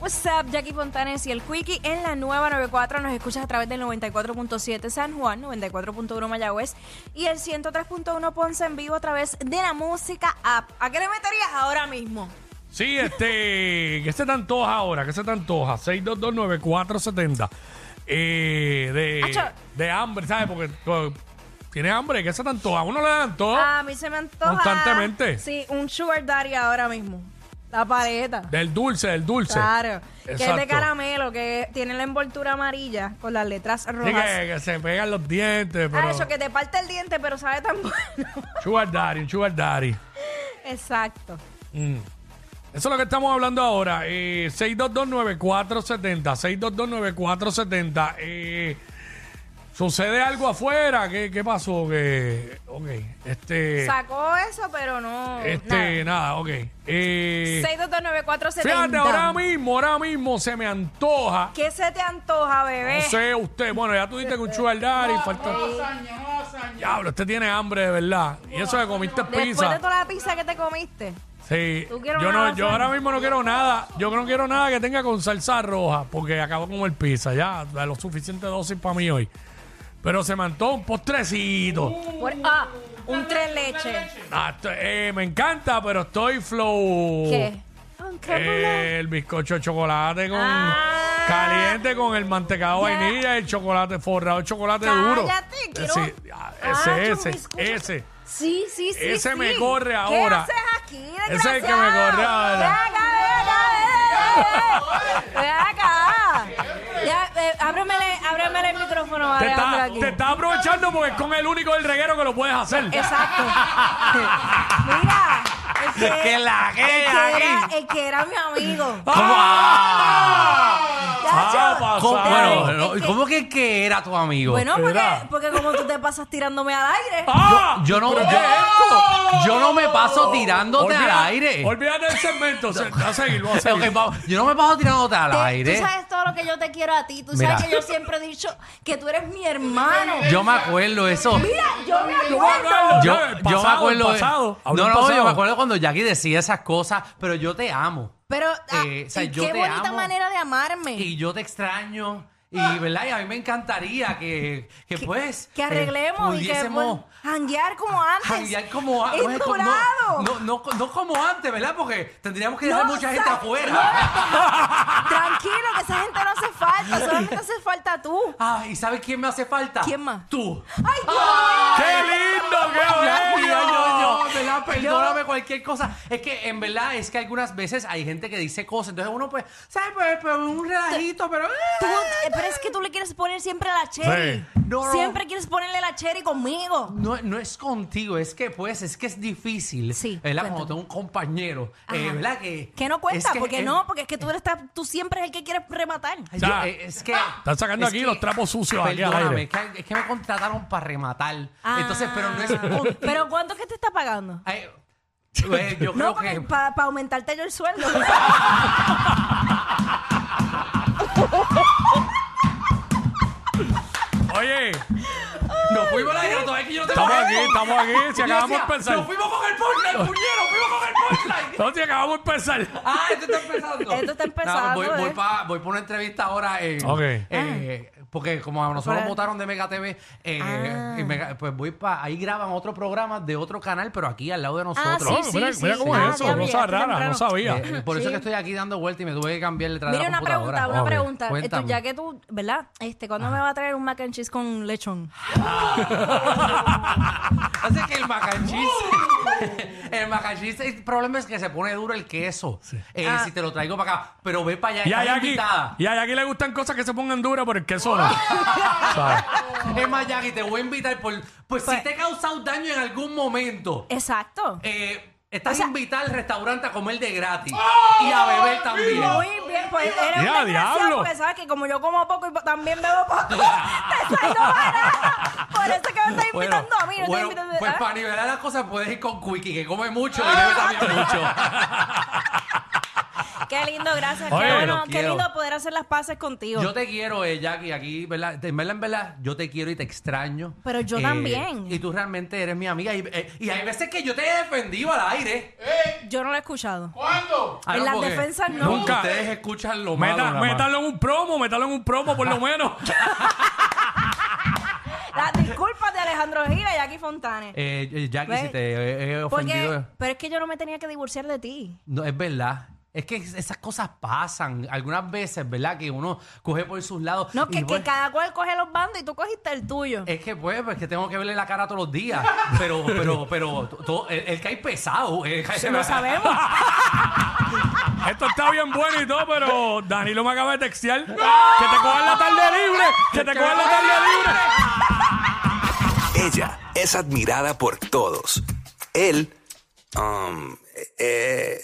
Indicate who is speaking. Speaker 1: What's up, Jackie Fontanes y el Quickie en la nueva 94. Nos escuchas a través del 94.7 San Juan, 94.1 Mayagüez y el 103.1 Ponce en vivo a través de la música app. ¿A qué le meterías ahora mismo?
Speaker 2: Sí, este, que se te antoja ahora, que se te antoja. 6229470. Eh, de,
Speaker 1: Acho.
Speaker 2: de hambre, ¿sabes? Porque pues, tiene hambre, que se te antoja. A uno le da antoja
Speaker 1: A mí se me antoja.
Speaker 2: Oh, Constantemente.
Speaker 1: Sí, un sugar daddy ahora mismo. La paleta.
Speaker 2: del dulce, del dulce.
Speaker 1: Claro. Que es de
Speaker 2: Exacto.
Speaker 1: caramelo, que tiene la envoltura amarilla con las letras
Speaker 2: Sí,
Speaker 1: rojas.
Speaker 2: que, que se pegan los dientes, pero...
Speaker 1: Ah, eso que te parte el diente, pero sabe tan bueno.
Speaker 2: Sugar daddy, un sugar daddy.
Speaker 1: Exacto.
Speaker 2: Mm. Eso es lo que estamos hablando ahora. Eh, 6229470. 6229470. Eh, Sucede algo afuera. ¿Qué, qué pasó? Que, ok. Este.
Speaker 1: Sacó eso, pero no.
Speaker 2: Este, nada, ok. Eh,
Speaker 1: 6229470.
Speaker 2: fíjate, ahora mismo, ahora mismo se me antoja.
Speaker 1: ¿Qué se te antoja, bebé?
Speaker 2: No sé usted. Bueno, ya tú dijiste que un sugar daddy. falta. Diablo, usted tiene hambre, de verdad. Y eso que comiste
Speaker 1: Después de
Speaker 2: pizza.
Speaker 1: toda la pizza que te comiste.
Speaker 2: Sí,
Speaker 1: ¿Tú quieres
Speaker 2: yo,
Speaker 1: una
Speaker 2: no, yo
Speaker 1: lasaña?
Speaker 2: ahora mismo no quiero nada, yo no quiero nada que tenga con salsa roja, porque acabo con el pizza, ya, da lo suficiente dosis para mí hoy. Pero se me antoja un postrecito.
Speaker 1: Por- ah, un tres leches.
Speaker 2: Ah, esto- eh, me encanta, pero estoy flow.
Speaker 1: ¿Qué? Un crepúsculo.
Speaker 2: Oh. Eh, el bizcocho de chocolate con
Speaker 1: Ah.
Speaker 2: caliente con el mantecado de
Speaker 1: Ya.
Speaker 2: vainilla, el chocolate forrado, de chocolate duro.
Speaker 1: Cállate, quiero-
Speaker 2: Ese, ah, ese,
Speaker 1: Ah, yo
Speaker 2: ese,
Speaker 1: un bizcocho.
Speaker 2: ese.
Speaker 1: Sí, sí, sí.
Speaker 2: Ese
Speaker 1: sí.
Speaker 2: me corre
Speaker 1: ¿Qué
Speaker 2: ahora.
Speaker 1: haces aquí?
Speaker 2: Ese es el que me
Speaker 1: desgraciado?
Speaker 2: corre ahora.
Speaker 1: Ven acá, ven acá, ven, ven, ven. Ven acá. Ya, eh, ábremele, ábremele el micrófono,
Speaker 2: Te
Speaker 1: Alejandro,
Speaker 2: está,
Speaker 1: aquí.
Speaker 2: te está aprovechando porque es con el único del reguero que lo puedes hacer.
Speaker 1: Exacto. Mira, el que,
Speaker 3: Que la que
Speaker 1: el que era,
Speaker 3: aquí.
Speaker 1: el que era mi
Speaker 2: Oh,
Speaker 1: amigo.
Speaker 3: ¿Cómo?
Speaker 2: Ah,
Speaker 1: Chacho,
Speaker 3: ¿Cómo,
Speaker 2: pasado.
Speaker 1: Pero,
Speaker 3: bueno, no,
Speaker 1: es que-
Speaker 3: ¿cómo que, que era tu amigo?
Speaker 1: Bueno, porque,
Speaker 2: Era.
Speaker 1: porque como tú te pasas tirándome al aire.
Speaker 2: Ah,
Speaker 3: yo no,
Speaker 2: ¿pero
Speaker 3: yo,
Speaker 2: qué es esto?
Speaker 3: yo no me paso tirándote
Speaker 2: Olvida-
Speaker 3: al aire.
Speaker 2: Olvídate del segmento. se- a seguir, vamos a seguir.
Speaker 3: Ok, vamos, yo no me paso tirándote al
Speaker 1: Te-
Speaker 3: aire.
Speaker 1: Tú sabes todo lo que yo te quiero a ti. Tú
Speaker 3: Mira.
Speaker 1: sabes que yo siempre he dicho que tú eres mi hermano.
Speaker 3: Yo me acuerdo eso.
Speaker 1: Mira, yo me
Speaker 2: Yo voy a
Speaker 1: acuerdo.
Speaker 2: hablarlo,
Speaker 3: Yo,
Speaker 2: ¿sabes? El
Speaker 3: yo me
Speaker 2: pasado,
Speaker 3: acuerdo.
Speaker 2: el pasado.
Speaker 3: No,
Speaker 2: Hablo
Speaker 3: no,
Speaker 2: del
Speaker 3: yo
Speaker 2: pasado.
Speaker 3: me acuerdo cuando Jackie decía esas cosas, pero yo te amo.
Speaker 1: Pero, ah,
Speaker 3: Eh, o sea,
Speaker 1: y
Speaker 3: yo
Speaker 1: qué
Speaker 3: te
Speaker 1: bonita
Speaker 3: amo.
Speaker 1: manera de amarme.
Speaker 3: Y yo te extraño. Y, ¿verdad? Y a mí me encantaría que, que, pues.
Speaker 1: Ah. que
Speaker 3: eh,
Speaker 1: arreglemos y que
Speaker 3: pudiésemos
Speaker 1: pues, janguear como antes.
Speaker 3: janguear como antes.
Speaker 1: Es
Speaker 3: no,
Speaker 1: dorado.
Speaker 3: no, no, no como antes, ¿verdad? Porque tendríamos que
Speaker 1: No,
Speaker 3: dejar mucha
Speaker 1: o sea,
Speaker 3: gente afuera.
Speaker 1: Tranquilo, que esa gente no hace falta. Solamente hace falta tú.
Speaker 3: Ah, ¿y sabes quién me hace falta?
Speaker 1: ¿Quién más? Ah,
Speaker 3: Tú.
Speaker 1: ¡Ay, Dios!
Speaker 2: ¡Qué lindo,
Speaker 3: Ya,
Speaker 2: qué
Speaker 3: yo, yo,
Speaker 2: bello!
Speaker 3: yo, ¿verdad? Perdóname cualquier cosa. Es que en verdad es que algunas veces hay gente que dice cosas. Entonces uno pues, ¿sabes? Pues, pues, un relajito, pero.
Speaker 1: Tú- eh, pero es que tú le quieres poner siempre la cherry.
Speaker 2: Sí.
Speaker 3: No, no.
Speaker 1: Siempre quieres ponerle la cherry conmigo.
Speaker 3: No, no es contigo, es que pues, es que es difícil.
Speaker 1: Sí,
Speaker 3: ¿Verdad? Cuando
Speaker 1: cuéntame.
Speaker 3: tengo un compañero.
Speaker 1: Ajá.
Speaker 3: eh, ¿Verdad? Que.
Speaker 1: Que no cuenta,
Speaker 3: es que,
Speaker 1: porque
Speaker 3: eh,
Speaker 1: no, porque es que tú, eres, tú siempre es el que quieres rematar.
Speaker 3: Ay,
Speaker 2: O sea,
Speaker 3: yo, eh, es que
Speaker 2: Ah, están sacando
Speaker 3: es
Speaker 2: aquí los trapos sucios aquí al
Speaker 3: Perdóname,
Speaker 2: aire.
Speaker 3: Es, que, es que me contrataron para rematar.
Speaker 1: Ah.
Speaker 3: Entonces, pero no es contigo.
Speaker 1: ¿Pero cuánto es que te está pagando?
Speaker 3: Ay, eh, yo creo
Speaker 1: No,
Speaker 3: que
Speaker 1: para aumentarte yo el sueldo.
Speaker 2: Oye,
Speaker 3: nos fuimos al aire, todavía que yo no tengo
Speaker 2: estamos aquí,
Speaker 3: jefe.
Speaker 2: estamos aquí. Si acabamos de
Speaker 3: Yo decía, Nos
Speaker 2: empezar.
Speaker 3: fuimos con el punchline, puñero, fuimos con el punchline.
Speaker 2: No, si acabamos de empezar.
Speaker 3: Ah, esto está empezando. pues
Speaker 1: Esto está empezando,
Speaker 3: voy, voy
Speaker 1: eh.
Speaker 3: para una entrevista ahora. eh,
Speaker 2: Ok.
Speaker 3: eh, porque como a nosotros
Speaker 1: Para-
Speaker 3: nos votaron de Mega TV, eh,
Speaker 1: Ah.
Speaker 3: y Mega- pues voy para. Ahí graban otro programa de otro canal, pero aquí al lado de nosotros.
Speaker 1: Ah, Sí,
Speaker 2: Oh,
Speaker 1: sí,
Speaker 2: mira,
Speaker 1: sí,
Speaker 2: mira
Speaker 1: sí.
Speaker 2: cómo
Speaker 1: Ah,
Speaker 2: es
Speaker 1: ya
Speaker 2: eso.
Speaker 1: vi,
Speaker 2: Cosa
Speaker 1: esto
Speaker 2: rara,
Speaker 1: temprano.
Speaker 2: no sabía.
Speaker 3: Eh, por eso es que estoy aquí dando vuelta y me tuve que cambiar detrás de
Speaker 1: Mira,
Speaker 3: la
Speaker 1: una pregunta,
Speaker 3: computadora.
Speaker 1: una
Speaker 2: Ok,
Speaker 1: pregunta. Esto,
Speaker 3: cuéntame.
Speaker 1: ya que tú, ¿verdad? Este, ¿Cuándo me va a traer un mac and cheese con lechón?
Speaker 3: Hace que el macanchis. el macanchis. El problema es que se pone duro el queso. Eh,
Speaker 1: Ah.
Speaker 3: Si te lo traigo para acá. Pero ve para allá.
Speaker 2: Y a
Speaker 3: estás
Speaker 2: Jackie,
Speaker 3: invitada.
Speaker 2: y a Jackie le gustan cosas que se pongan duras, pero el queso no. ¿Sabes?
Speaker 3: Es más, Jackie, te voy a invitar por. Pues, si te he causado daño en algún momento,
Speaker 1: Exacto.
Speaker 3: eh, estás
Speaker 1: O sea- ¡Oh!
Speaker 3: invitada al restaurante a comer de gratis. y a beber también.
Speaker 1: Muy bien, pues eres
Speaker 2: Ya,
Speaker 1: un desgraciado
Speaker 2: diablo.
Speaker 1: porque pues, sabes que como yo como poco y po- también bebo poco, te salgo barata. Por eso es que me estás
Speaker 3: Bueno,
Speaker 1: invitando a Ah. mí, no
Speaker 3: bueno,
Speaker 1: te invitando
Speaker 3: pues
Speaker 1: ¿ah?
Speaker 3: para nivelar las cosas puedes ir con Quickie, que come mucho y bebe también mucho.
Speaker 1: Qué lindo, gracias.
Speaker 2: Oye,
Speaker 1: qué bueno,
Speaker 3: lo
Speaker 1: qué
Speaker 3: quiero.
Speaker 1: lindo poder hacer las paces contigo.
Speaker 3: Yo te quiero, eh, Jackie, aquí, ¿verdad? En verdad, en verdad, yo te quiero y te extraño.
Speaker 1: Pero yo
Speaker 3: Eh,
Speaker 1: también.
Speaker 3: Y tú realmente eres mi amiga. Y, eh, y hay veces que yo te he defendido al aire.
Speaker 1: Yo no lo he escuchado.
Speaker 4: ¿Cuándo?
Speaker 1: En
Speaker 3: Ah, no,
Speaker 1: las
Speaker 3: porque
Speaker 1: defensas no.
Speaker 2: Nunca.
Speaker 3: Ustedes escuchan lo malo.
Speaker 2: Meta-
Speaker 3: nada más.
Speaker 2: métalo en un promo, métalo en un promo por lo menos.
Speaker 1: Las disculpas de Alejandro Gira y Jackie Fontane.
Speaker 3: Eh, eh, Jackie,
Speaker 1: Ve-
Speaker 3: si te he- he ofendido.
Speaker 1: Porque, pero es que yo no me tenía que divorciar de ti.
Speaker 3: No, es verdad. Es que es- esas cosas pasan. Algunas veces, ¿verdad? Que uno coge por sus lados.
Speaker 1: No,
Speaker 3: y
Speaker 1: que, que
Speaker 3: pues-
Speaker 1: cada cual coge los bandos y tú cogiste el tuyo.
Speaker 3: Es que pues, pues que tengo que verle la cara todos los días. Pero, pero, pero, to- todo- el, el que hay pesado. eh, el que-
Speaker 1: lo sabemos.
Speaker 2: Esto está bien bueno y todo, pero Danilo me acaba de textear que te cojan la tarde libre, que te cojan la tarde libre.
Speaker 5: Ella es admirada por todos. Él, um, eh,